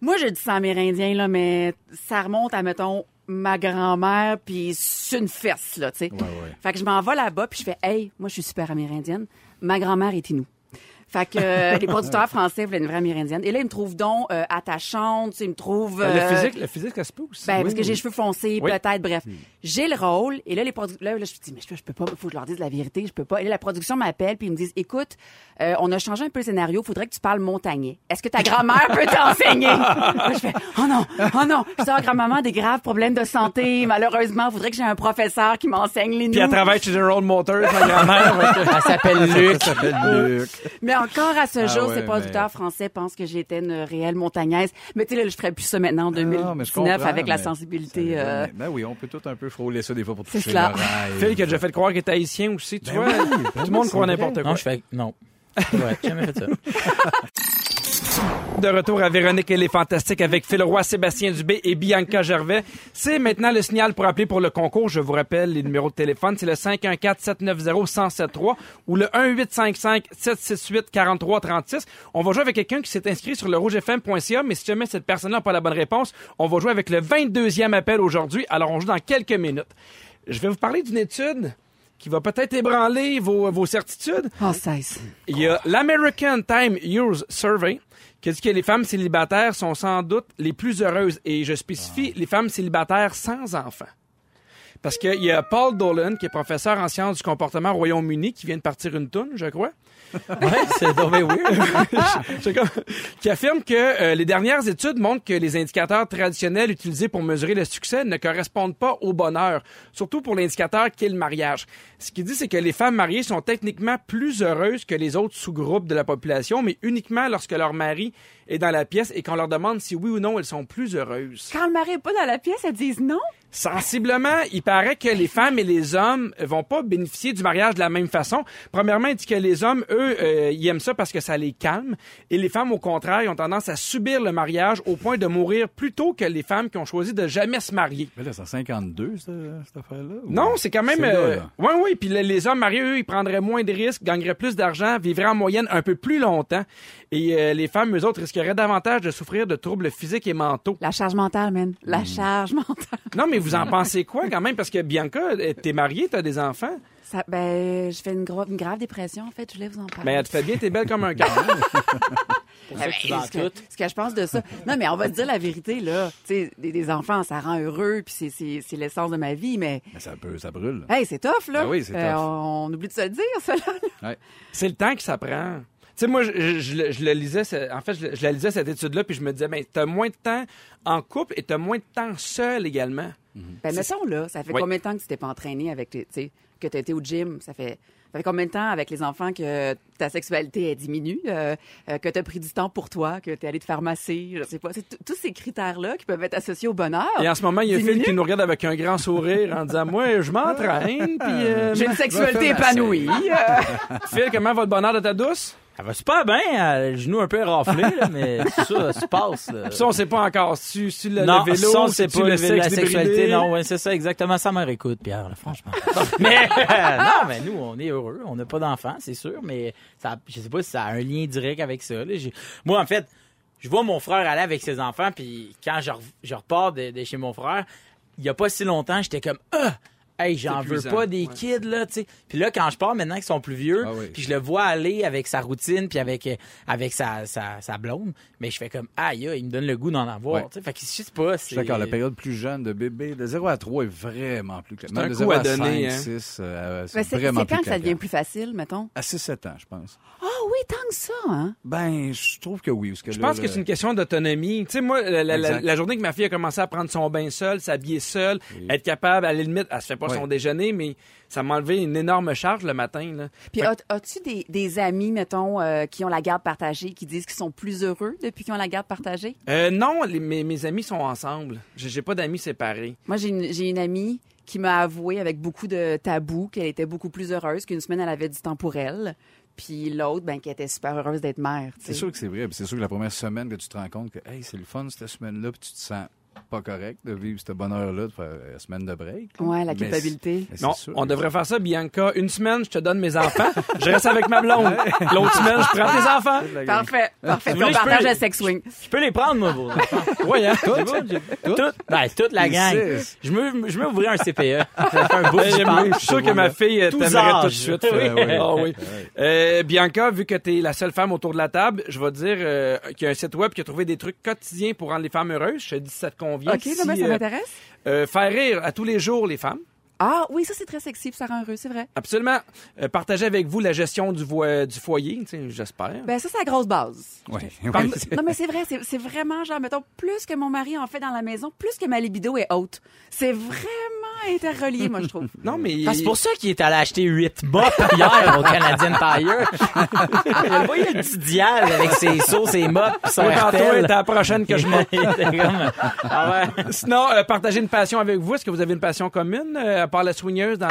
B: Moi j'ai dit ça Amérindien, là, mais ça remonte à, mettons, ma grand-mère, puis c'est une fesse, là, tu sais.
E: ouais.
B: Fait que je m'en vais là-bas, puis je fais, hey, moi je suis super Amérindienne, ma grand-mère est nous. Fait que euh, les producteurs français voulaient une vraie amérindienne. Et là, ils me trouvent donc euh, attachante, tu sais, ils me trouvent...
C: Le
B: euh,
C: physique, le physique, ça se peut aussi.
B: Ben,
C: Oui,
B: parce que
C: oui.
B: j'ai les cheveux foncés,
C: Oui. Hmm.
B: peut-être, bref. J'ai le rôle, et là, les producteurs... Là, là, je me dis, mais je, je peux pas, faut que je leur dise la vérité, je peux pas. Et là, la production m'appelle, puis ils me disent, écoute, euh, on a changé un peu le scénario, faudrait que tu parles montagnais. Est-ce que ta grand-mère peut t'enseigner? Moi, je fais, oh non, oh non, je sors à grand-maman a des graves problèmes de santé, malheureusement, faudrait que j'ai un professeur qui m'enseigne les
C: Puis à
B: nous.
C: travaille chez General Motors, ma grand-mère. ouais.
D: Elle s'appelle Luc.
E: ça s'appelle Luc.
B: Mais encore à ce
E: Ah
B: jour,
E: ouais,
B: ces producteurs
E: mais-
B: français pensent que j'étais une réelle montagnaise. Mais tu sais, là, je ferais plus ça maintenant en
E: Ah Non, mais je comprends,
B: 2019 avec la
E: mais
B: sensibilité.
E: ça
B: euh,
E: donne- Ben oui, on peut tout un peu frôler ça des fois pour
B: C'est
E: toucher
B: cela.
E: l'oreille.
C: Phil qui a déjà fait croire qu'il était haïtien aussi, tu vois. Tout le monde croit n'importe quoi.
D: Non, je fais... Non. Ouais, j'ai jamais fait ça.
C: De retour à Véronique et les Fantastiques avec Phil Roy, Sébastien Dubé et Bianca Gervais. C'est maintenant le signal pour appeler pour le concours. Je vous rappelle les numéros de téléphone. C'est le 514-790-1073 ou le 1855-768-4336. On va jouer avec quelqu'un qui s'est inscrit sur le rougefm.ca, mais si jamais cette personne-là n'a pas la bonne réponse, on va jouer avec le 22e appel aujourd'hui. Alors, on joue dans quelques minutes. Je vais vous parler d'une étude qui va peut-être ébranler vos- vos certitudes.
B: Oh, cesse.
C: Il y a l'American Time Use Survey qui dit que les femmes célibataires sont sans doute les plus heureuses. Et je spécifie les femmes célibataires sans enfants. Parce qu'il y a Paul Dolan, qui est professeur en sciences du comportement au Royaume-Uni, qui vient de partir une toune, je crois.
D: Ouais, c'est donc bien weird.
C: C'est comme- qui affirme que euh, les dernières études montrent que les indicateurs traditionnels utilisés pour mesurer le succès ne correspondent pas au bonheur, surtout pour l'indicateur qui est le mariage. Ce qu'il dit, c'est que les femmes mariées sont techniquement plus heureuses que les autres sous-groupes de la population, mais uniquement lorsque leur mari est dans la pièce et qu'on leur demande si oui ou non elles sont plus heureuses.
B: Quand le mari n'est pas dans la pièce, elles disent non.
C: Sensiblement, il paraît que les femmes et les hommes vont pas bénéficier du mariage de la même façon. Premièrement, il dit que les hommes, eux, euh, ils aiment ça parce que ça les calme. Et les femmes, au contraire, ils ont tendance à subir le mariage au point de mourir plus tôt que les femmes qui ont choisi de jamais se marier.
E: Mais là, c'est en 52, ce- cette affaire-là? ou-
C: Non, c'est quand même.
E: là,
C: euh,
E: là.
C: ouais, oui. Puis le- les hommes mariés, eux, ils prendraient moins de risques, gagneraient plus d'argent, vivraient en moyenne un peu plus longtemps. Et euh, les femmes, eux autres, risqueraient davantage de souffrir de troubles physiques et mentaux.
B: La charge mentale, man.
E: Hmm.
B: La charge mentale.
C: Non, mais vous en pensez quoi quand même? Parce que Bianca, euh, t'es mariée, t'as des enfants.
B: Ça, ben, je fais une, gro- une grave dépression, en fait. Je voulais vous en parler.
C: Mais elle te fait bien, t'es belle comme un hein? cœur.
B: Ah, ben,
D: tu vends
B: ce, que,
D: tout.
B: ce que je pense de ça. Non, mais on va te dire la vérité, là. Tu sais, des, des enfants, ça rend heureux, puis c'est- c'est c'est l'essence de ma vie, mais...
E: Mais ça, peut, ça brûle.
B: Hey, c'est tough, là. Euh,
E: Ben oui, c'est tough.
B: on, on oublie de se le dire, ça, là.
E: Ouais.
C: C'est le temps que ça prend. Tu sais, moi, je, je- je le- je le lisais, ce- en fait, je, le- je la lisais cette étude-là, puis je me disais, mais t'as moins de temps en couple et t'as moins de temps seul également.
B: Ben, mettons, là, ça fait
C: Oui.
B: combien de temps que tu t'es pas entraîné avec, tes- tu sais, que tu été au gym? Ça fait, ça fait combien de temps avec les enfants que ta sexualité est diminue, euh, euh, que tu as pris du temps pour toi, que tu es allé te pharmacie, je sais pas. C'est t- tous ces critères-là qui peuvent être associés au bonheur.
C: Et en ce moment, il y a
B: Dix
C: Phil
B: minutes?
C: qui nous regarde avec un grand sourire en disant, moi, je m'entraîne, puis euh,
B: Ah. J'ai une sexualité épanouie. euh,
C: Phil, comment va le bonheur de ta douce?
D: Elle va super bien, euh, le genou un peu raflé, là, mais ça, ça se passe. là.
C: Puis ça, on sait pas encore. Si, si le,
D: non,
C: le vélo,
D: ça, on
C: si
D: sait
C: tu
D: pas
C: le
D: le vélo, la
C: sexe débridé.
D: sexualité. Non, ouais, c'est ça, exactement. Ça mère écoute, Pierre, là, franchement. mais euh, non, mais nous, on est heureux. On n'a pas d'enfants, c'est sûr, mais ça, je sais pas si ça a un lien direct avec ça. là. J'ai- Moi, en fait, je vois mon frère aller avec ses enfants, puis quand je, rev- je repars de, de chez mon frère, il y a pas si longtemps, j'étais comme ah, Hey, j'en
C: C'est
D: veux
C: épuisant.
D: pas des kids, là, tu sais. Puis là, quand je pars maintenant qu'ils sont plus vieux,
E: Ah oui.
D: puis je le vois aller avec sa routine, puis avec, euh, avec sa, sa, sa blonde, mais je fais comme, aïe, aïe, il me donne le goût d'en avoir,
E: Ouais.
D: tu sais. Fait que je sais pas, c'est...
E: Je suis d'accord, la période plus jeune de bébé, de 0 à 3 est vraiment plus claire.
C: un
E: Même de
C: coup
E: 0 à,
C: à donner,
E: 5,
C: hein.
E: 6, euh, c'est
B: mais c'est c'est
E: vraiment
B: quand
E: plus
B: que ça devient
E: claquant.
B: plus facile, mettons?
E: À 6-7 ans, je pense.
B: Ah oui, tant que ça, hein?
E: Ben, je trouve que oui. parce que
C: Je
E: là,
C: pense que
E: le-
C: c'est une question d'autonomie. Tu sais, moi, la, la- la-
E: Exact.
C: la journée que ma fille a commencé à prendre son bain seule, s'habiller seule, être capable, à la limite, elle se fait pas
E: Ouais.
C: son déjeuner, mais ça m'a enlevé une énorme charge le matin. Là.
B: Puis as- as-tu des, des amis, mettons, euh, qui ont la garde partagée, qui disent qu'ils sont plus heureux depuis qu'ils ont la garde partagée?
C: Euh, non, les- mes, mes amis sont ensemble. J'ai j'ai pas d'amis séparés.
B: Moi, j'ai une, j'ai une amie qui m'a avoué avec beaucoup de tabou qu'elle était beaucoup plus heureuse qu'une semaine, elle avait du temps pour elle. Puis l'autre, ben, qu'elle était super heureuse d'être mère. tu sais.
E: C'est sûr que c'est vrai. puis C'est sûr que la première semaine que tu te rends compte que hey, c'est le fun cette semaine-là, puis tu te sens pas correct de vivre ce bonheur-là de faire la semaine de break. là.
B: Ouais, la
E: Mais
B: culpabilité.
E: c'est- mais c'est
C: Non,
E: sûr.
C: on devrait faire ça, Bianca. Une semaine, je te donne mes enfants. je reste avec ma blonde. L'autre semaine, je prends tes
E: Ah!
C: enfants.
B: Parfait, parfait.
D: Tu
B: Puis on
D: voulais, je
B: partage
D: peux-
B: le sex wing.
D: Je peux les prendre, moi, vous.
C: Oui, hein?
D: Tout- ben, toute la
E: Les
D: gang.
E: six.
D: Je me, je me ouvrir un E. CPE. Ça fait un bout,
C: Ben,
D: je
C: j'aime-
D: pense.
C: je suis sûr que ma fille euh,
D: Tous
C: t'aimerait
D: âges.
C: tout de suite.
D: Oui.
C: Euh, oui. Ah oui. Euh, Bianca, vu que t'es la seule femme autour de la table, je vais te dire euh, qu'il y a un site web qui a trouvé des trucs quotidiens pour rendre les femmes heureuses. Je te dis si ça te convient.
B: OK,
C: Si,
B: non, mais ça
C: euh,
B: m'intéresse.
C: euh, faire rire à tous les jours les femmes.
B: Ah oui, ça, c'est très sexy, puis ça rend heureux, c'est vrai.
C: Absolument. Euh, partagez avec vous la gestion du, vo- du foyer, tu sais, j'espère.
B: Ben, ça, c'est la grosse base.
E: Ouais,
C: Parle-
E: ouais.
B: Non, mais c'est vrai, c'est c'est vraiment genre, mettons, plus que mon mari en fait dans la maison, plus que ma libido est haute. C'est vraiment interrelié, moi, je trouve.
C: non, mais...
D: Ah, c'est pour ça qu'il est allé acheter 8 mops hier au Canadian Tire. Il a envoyé le petit dial avec ses sauces, ses mops, pis son
C: Toi, tantôt,
D: RTL.
C: t'es la prochaine que je m'en...
D: Il était comme, ah ouais.
C: Sinon, euh, partagez une passion avec vous. Est-ce que vous avez une passion commune, euh, à part la soigneuse dans...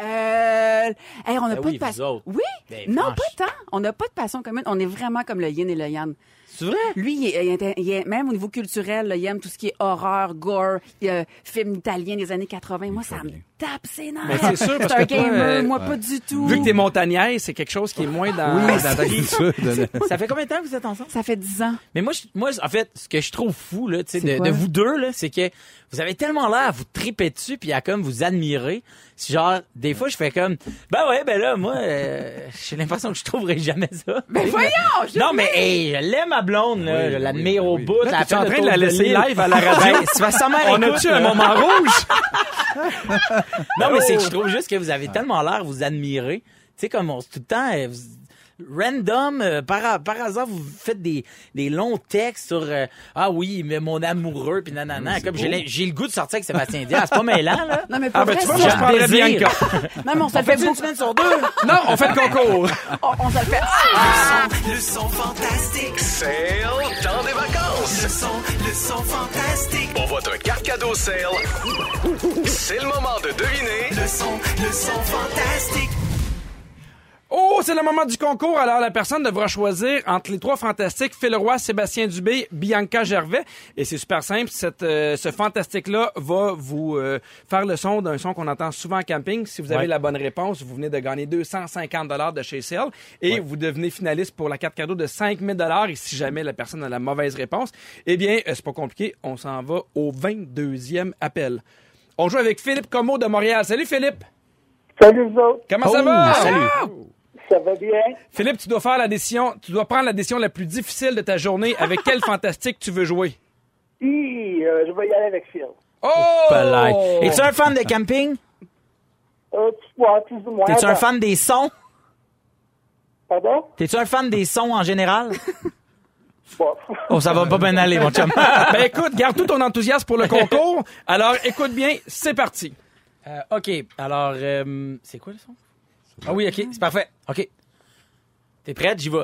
B: Euh, hey, on n'a
D: Ben
B: pas
D: oui,
B: de pas-
D: vous autres.
B: Oui?
D: Ben,
B: non,
D: franche.
B: pas tant. On n'a pas de passion commune. On est vraiment comme le yin et le yang.
D: C'est vrai?
B: Lui, il est- il est- il est- même au niveau culturel, là, il aime tout ce qui est horreur, gore, euh, film italien des années 80. Moi, ça me
E: bien.
B: tape ses nerfs.
C: Ben, c'est sûr, parce
B: un
C: que toi,
B: gamer,
C: euh,
B: moi, pas du tout.
C: Vu que t'es montagnaise, c'est quelque chose qui est moins dans...
E: Oui, dans ta culture, de-
D: Ça fait combien de temps que vous êtes ensemble?
B: Ça fait 10 ans.
D: Mais moi, je- moi, en fait, ce que je trouve fou là, tu sais,
B: C'est
D: de,
B: quoi?
D: de vous deux là, c'est que vous avez tellement l'air à vous triper dessus puis à comme vous admirer. C'est Genre, des fois, je fais comme, ben ouais, ben là, moi, euh, j'ai l'impression que je trouverai jamais ça.
B: Ben voyons! je-
D: non, mais hey, je l'aime ma blonde là,
E: Oui,
D: je l'admire
E: oui,
D: au
E: oui.
D: bout.
C: Là,
D: elle
C: t'es
D: fait
C: en
D: le
C: train de
D: tour
C: la laisser
D: l'île.
C: live à la radio.
D: Ben, c'est parce que sa mère
C: On
D: écoute,
C: a-tu
D: là.
C: un moment rouge?
D: Non, mais c'est que je trouve juste que vous avez tellement l'air à vous admirer. Tu sais, comme on, tout le temps, euh, vous- random, euh, par, par hasard, vous faites des, des longs textes sur euh, Ah oui, mais mon amoureux, puis nanana. comme j'ai l'im- j'ai le goût de sortir avec Sébastien Diaz. C'est pas mêlant, là.
B: Non, mais pour
C: Ah ben
B: vrai,
C: tu vois,
B: c'est-
C: moi je prendrais
D: Désir.
C: Bianca.
B: Non, mais on se le fait
D: Fais-tu une
B: beaucoup.
D: semaine sur deux.
C: Non, on fait le concours.
B: On, on se le fait.
F: Le son fantastique. C'est le temps des vacances. Le son, le son fantastique. Pour votre carte cadeau sale, c'est le moment de deviner. Le son, le son fantastique.
C: Oh, c'est le moment du concours. Alors, la personne devra choisir entre les trois fantastiques, Phil Roy, Sébastien Dubé, Bianca Gervais. Et c'est super simple. Cette, euh, ce fantastique-là va vous euh, faire le son d'un son qu'on entend souvent en camping. Si vous avez
D: Ouais.
C: la bonne réponse, vous venez de gagner 250 dollars de chez Cell et vous devenez finaliste pour la carte cadeau de 5000 dollars. Et si jamais la personne a la mauvaise réponse, eh bien, euh, c'est pas compliqué. On s'en va au 22e appel. On joue avec Philippe Comeau de Montréal. Salut Philippe!
G: Salut vous autres,
C: Comment ça va?
D: Oh, salut.
G: ça va bien?
C: Philippe, tu dois faire la décision, tu dois prendre la décision la plus difficile de ta journée. Avec quel fantastique tu veux jouer?
G: Hi, euh, je vais y aller avec Phil.
C: Oh!
D: Palais. Es-tu un fan de camping?
G: Euh, tu vois, plus ou moins.
D: T'es-tu un
G: ben,
D: fan des sons?
G: Pardon?
D: T'es-tu un fan des sons en général?
G: Bon.
D: Oh, ça va pas bien aller, mon chum.
C: Ben écoute, garde tout ton enthousiasme pour le concours. Alors écoute bien, c'est parti.
D: Euh, OK. Alors, euh, c'est quoi le son? Ah oui, OK. C'est parfait. OK. T'es prête? J'y vais.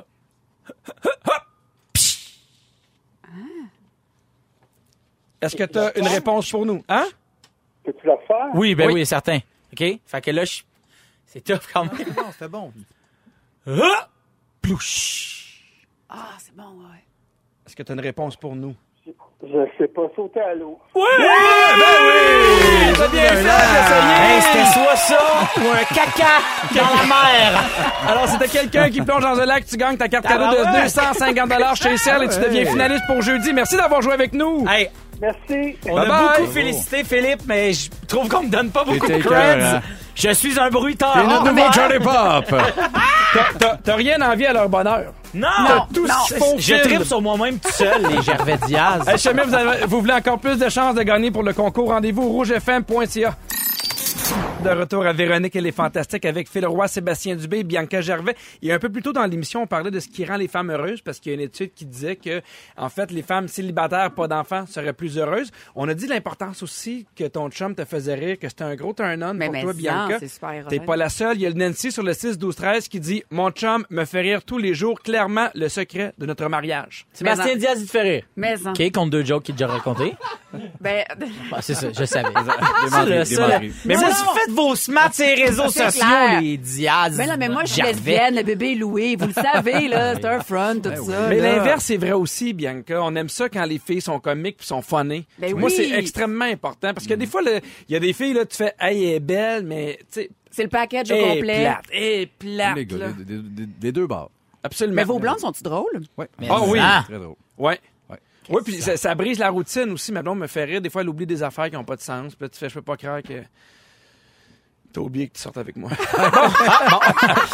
C: Est-ce que tu as une réponse pour nous? Hein?
G: Peux-tu le refaire?
D: Oui, ben oui, certain. OK? Fait que là, je... c'est tough quand même.
E: Non, c'était bon.
D: Ah! Plouch!
B: Ah, c'est bon, ouais.
C: Est-ce que tu as une réponse pour nous?
G: Je sais pas sauter à l'eau.
D: ben
C: T'as bien fait d'essayer!
D: Hey, c'était soit ça ou un caca dans la mer.
C: Alors, c'était quelqu'un qui plonge dans un lac, tu gagnes ta carte cadeau de
D: Tabarouette!
C: 250 chez Cell et tu deviens finaliste pour jeudi. Merci d'avoir joué avec nous!
D: Hey,
G: Merci.
D: on
C: Bye
D: a
C: bye.
D: beaucoup félicité Philippe, mais je trouve qu'on me donne pas beaucoup de
E: T'étais
D: creds.
E: écœurant.
D: Je suis un bruiteur. Oh, ben,
E: Et
D: Au
E: notre nouveau
D: revoir.
E: Johnny Pop!
C: T'as- T'as t'as rien envie à leur bonheur.
D: Non,
C: tout
B: non.
C: ce qu'ils font
D: je
C: fil.
D: tripe sur moi-même tout seul, les Gervais Diaz.
C: Hey, si jamais vous, avez- vous voulez encore plus de chances de gagner pour le concours, rendez-vous au rougefm.ca. De retour à Véronique et les Fantastiques avec Phil Roy, Sébastien Dubé, Bianca Gervais. Et un peu plus tôt dans l'émission, on parlait de ce qui rend les femmes heureuses parce qu'il y a une étude qui disait que, en fait, les femmes célibataires, pas d'enfants, seraient plus heureuses. On a dit l'importance aussi que ton chum te faisait rire, que c'était un gros turn-on
B: Mais-
C: pour
B: mais
C: toi,
B: non,
C: Bianca.
B: c'est super
C: T'es
B: ironique.
C: pas la seule. Il y a le Nancy sur le 6-12-13 qui dit « Mon chum me fait rire tous les jours, clairement le secret de notre mariage. »
D: Sébastien Diaz, il te fait rire.
B: Mais en-
D: OK, compte deux jokes qu'il a déjà raconté.
B: ben,
D: Ah, c'est ça, je savais.
B: Ah,
D: Ça,
E: Démarrer,
D: là, ça, là.
E: démarrer.
D: Mais
B: Non.
D: moi, vous faites vos smats sur les réseaux
B: C'est
D: sociaux,
B: clair.
D: les Diaz.
B: ben là, mais moi, je suis
D: Gervais.
B: lesbienne, le bébé est loué, vous le savez, là, c'est un front, tout ça.
C: Mais
B: là.
C: l'inverse est vrai aussi, Bianca. On aime ça quand les filles sont comiques puis sont funnées.
B: Ben
C: Moi,
B: oui.
C: c'est extrêmement important parce que des fois, le- il y a des filles, là, tu fais, hey, elle est belle, mais, tu sais,
B: C'est le package au
C: elle est
B: complet.
C: plate, elle est plate.
E: Les gars,
C: là.
E: des- des- des des deux bars.
C: Absolument.
B: Mais vos blondes sont-ils drôles?
E: Ouais.
D: Mais
C: Ah oui.
D: ça.
E: Très drôle.
C: Ouais.
E: Ouais.
C: Oui, puis ça, ça brise la routine aussi. Ma blonde me fait rire. Des fois, elle oublie des affaires qui n'ont pas de sens. Puis là, tu fais, je peux pas croire que. T'as oublié que tu sortes avec moi.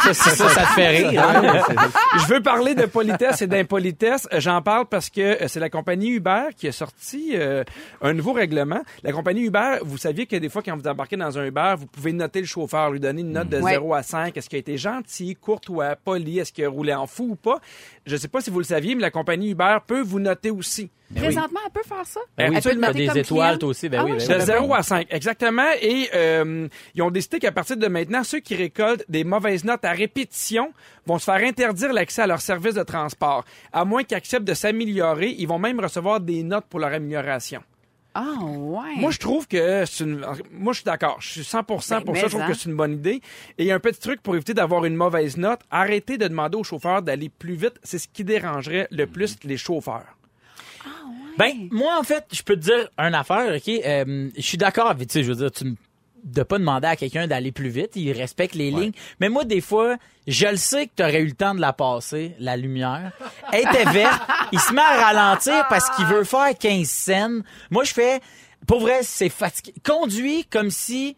D: Ça, ça, ça te fait rire. hein?
C: Je veux parler de politesse et d'impolitesse. Euh, J'en parle parce que euh, c'est la compagnie Uber qui a sorti euh, un nouveau règlement. La compagnie Uber, vous saviez que des fois, quand vous embarquez dans un Uber, vous pouvez noter le chauffeur, lui donner une note de
B: Ouais.
C: 0 à 5. Est-ce qu'il a été gentil, courtois, poli? euh, Est-ce qu'il a roulé en fou ou pas? Je ne sais pas si vous le saviez, mais la compagnie Uber peut vous noter aussi.
B: Présentement, elle peut faire ça?
D: Ben oui,
B: Elle peut
D: tu
B: le
D: as
B: noter
D: des
B: comme
D: étoiles,
B: cliente?
D: toi aussi. Ben
B: Ah
D: oui,
B: ouais,
D: ben
B: je
C: De
D: oui.
B: savais pas.
C: 0 à 5, exactement. Et euh, ils ont décidé qu'à partir de maintenant, ceux qui récoltent des mauvaises notes à répétition vont se faire interdire l'accès à leur service de transport. À moins qu'ils acceptent de s'améliorer, ils vont même recevoir des notes pour leur amélioration.
B: Ah, ouais.
C: Moi, je trouve que c'est une... Moi, je suis d'accord. Je suis 100 pour ça.
B: Ben,
C: Je
B: mais
C: trouve
B: hein.
C: que c'est une bonne idée. Et il y a un petit truc pour éviter d'avoir une mauvaise note. Arrêtez de demander aux chauffeurs d'aller plus vite. C'est ce qui dérangerait
D: Mm-hmm.
C: le plus les chauffeurs.
D: Ben, moi, en fait, je peux te dire une affaire, OK? Euh, je suis d'accord avec, tu sais, je veux dire, tu me- de pas demander à quelqu'un d'aller plus vite, il respecte les lignes. Mais moi, des fois, je le sais que tu aurais eu le temps de la passer, la lumière. Elle était verte, il se met à ralentir parce qu'il veut faire 15 scènes. Moi, je fais, pour vrai, c'est fatigué. Conduis comme si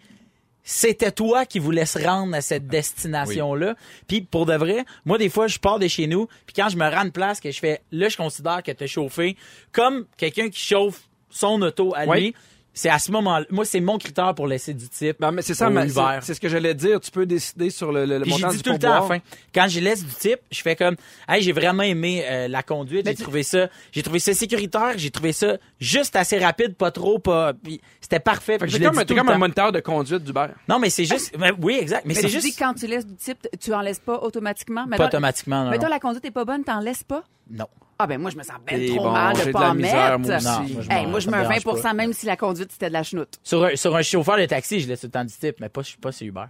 D: c'était toi qui voulais se rendre à cette destination-là. Puis pour de vrai, moi des fois je pars de chez nous, puis quand je me rends une place que je fais, là je considère que t'as chauffé comme quelqu'un qui chauffe son auto à lui.
C: Oui.
D: C'est à ce moment-là, moi c'est mon critère pour laisser du type.
C: Ben, mais c'est ça,
D: au
C: ma- c'est
D: Uber.
C: c'est ce que j'allais dire. Tu peux décider sur le, le, le
D: Puis j'ai
C: montant
D: dit
C: du
D: tout le temps à la
C: pourboire.
D: fin. Quand je laisse du type, je fais comme, hey, j'ai vraiment aimé euh, la conduite, j'ai trouvé ça, j'ai trouvé ça sécuritaire, j'ai trouvé ça juste assez rapide, pas trop, pas, puis c'était parfait.
C: Fait que
D: puis je
C: t'es
D: l'ai
C: comme,
D: dit
C: un- t'es
D: tout le
C: comme un
D: temps.
C: moniteur de conduite d'Uber.
D: Non, mais c'est juste, mais oui, exact, mais,
B: Mais tu
D: c'est
B: dis
D: juste
B: que quand tu laisses du type, tu en laisses pas automatiquement.
D: pas
B: Mettons-
D: automatiquement. non,
B: Mais
D: non.
B: toi, la conduite est pas bonne, t'en laisses pas?
D: Non.
B: Ah ben moi, je me sens ben
C: Eh
B: trop
C: bon,
B: mal
C: j'ai
B: de
C: de la
B: pas en mettre.
C: misère, moi aussi.
D: Non, moi, je
B: Hey,
D: m'en-
B: moi, je
D: ça
B: mets
D: me
B: un
D: dérange
B: 20 même si la conduite, c'était de la chenoute.
D: Sur un, sur un chauffeur de taxi, je laisse tout le temps du type, mais pas, je suis pas sur Uber.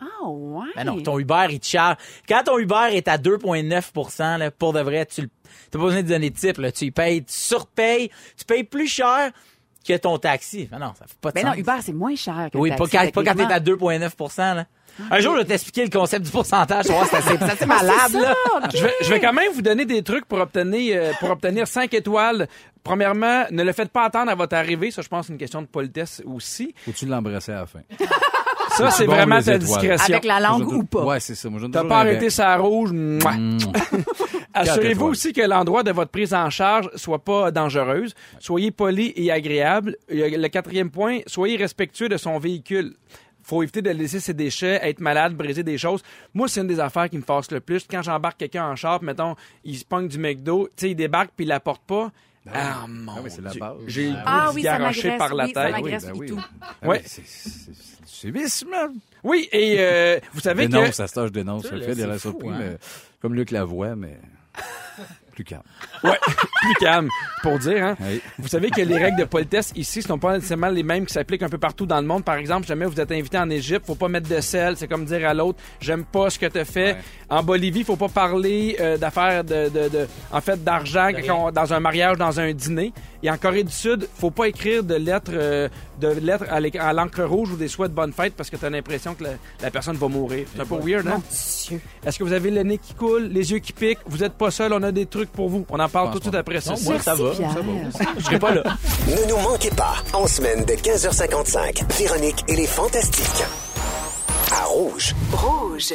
B: Ah ouais?
D: Mais Ben non, ton Uber, il te charge. Quand ton Uber est à 2,9 là, pour de vrai, tu le- t'as pas besoin de donner de type. Là. Tu y payes, tu surpayes, tu payes plus cher que ton taxi. Mais non, ça fait pas de
B: Mais Ben non,
D: sens.
B: Uber, c'est moins cher que
D: oui,
B: le
D: pas
B: taxi,
D: quand, pas quand t'es
B: techniquement.
D: à 2,9 là. Un jour, je vais t'expliquer le concept du pourcentage. tu vas voir, c'est assez, c'est assez
B: Ah, c'est
D: malade.
B: ça,
D: là.
B: ok.
C: Je vais, je vais quand même vous donner des trucs pour obtenir, euh, pour obtenir 5 étoiles. Premièrement, ne le faites pas attendre à votre arrivée. Ça, je pense, c'est une question de politesse aussi.
E: Faut tu l'embrasser à la fin.
D: Ah.
C: Ça, c'est
E: bon,
C: vraiment
E: les
C: ta
E: étoiles.
C: discrétion.
B: Avec la langue ou pas?
E: Ouais, c'est ça. Moi, je donne
C: T'as
E: toujours
C: pas
E: un
C: arrêté
E: bec. Mm.
C: sa rouge. mouah. Assurez-vous
E: étoiles.
C: aussi que l'endroit de votre prise en charge soit pas dangereuse. Soyez poli et agréable. Et, euh, Le quatrième point, soyez respectueux de son véhicule. faut éviter de laisser ses déchets, être malade, briser des choses. Moi, c'est une des affaires qui me force le plus. Quand j'embarque quelqu'un en char, puis mettons, il se pogne du McDo, tu sais, il débarque puis il l'apporte pas. Ah mon
E: Ah oui, c'est la
C: Dieu.
E: base.
C: J'ai le goût
B: Ah
C: de se
B: oui, ça
C: garrocher
B: m'agresse,
C: par la
B: oui, ça
C: tête.
E: Ben
B: m'agresse
E: ben
B: du tout.
E: Ben
C: Ouais.
E: c'est- c'est c'est du civisme.
C: Oui, et euh, vous
E: Je
C: savez que
E: dénonce, à ce temps, je dénonce le
D: là,
E: fait de
D: c'est
E: la
D: fou,
E: surprise,
D: hein.
E: mais comme Luc Lavoie, mais plus calme.
C: Ouais, plus calme, pour dire. Hein.
E: Oui.
C: Vous savez que les règles de politesse ici ne sont pas nécessairement les mêmes qui s'appliquent un peu partout dans le monde. Par exemple, jamais vous êtes invité en Égypte, faut pas mettre de sel. C'est comme dire à l'autre, j'aime pas ce que tu fais. En Bolivie, faut pas parler euh, d'affaires de, de, de- en fait, d'argent quand on- dans un mariage, dans un dîner. Et en Corée du Sud, faut pas écrire de lettres, euh, de lettres à l'é- à l'encre rouge ou des souhaits de bonne fête parce que tu as l'impression que la, la personne va mourir. C'est un peu weird, hein? Est-ce que vous avez le nez qui coule, les yeux qui piquent? Vous êtes pas seul, on a des trucs pour vous. On en parle tout de suite après ça.
D: Moi, ça va.
B: Pierre.
D: Je serai pas là.
A: Ne nous manquez pas, en semaine de 15h55, Véronique et les Fantastiques. À Rouge.
H: Rouge.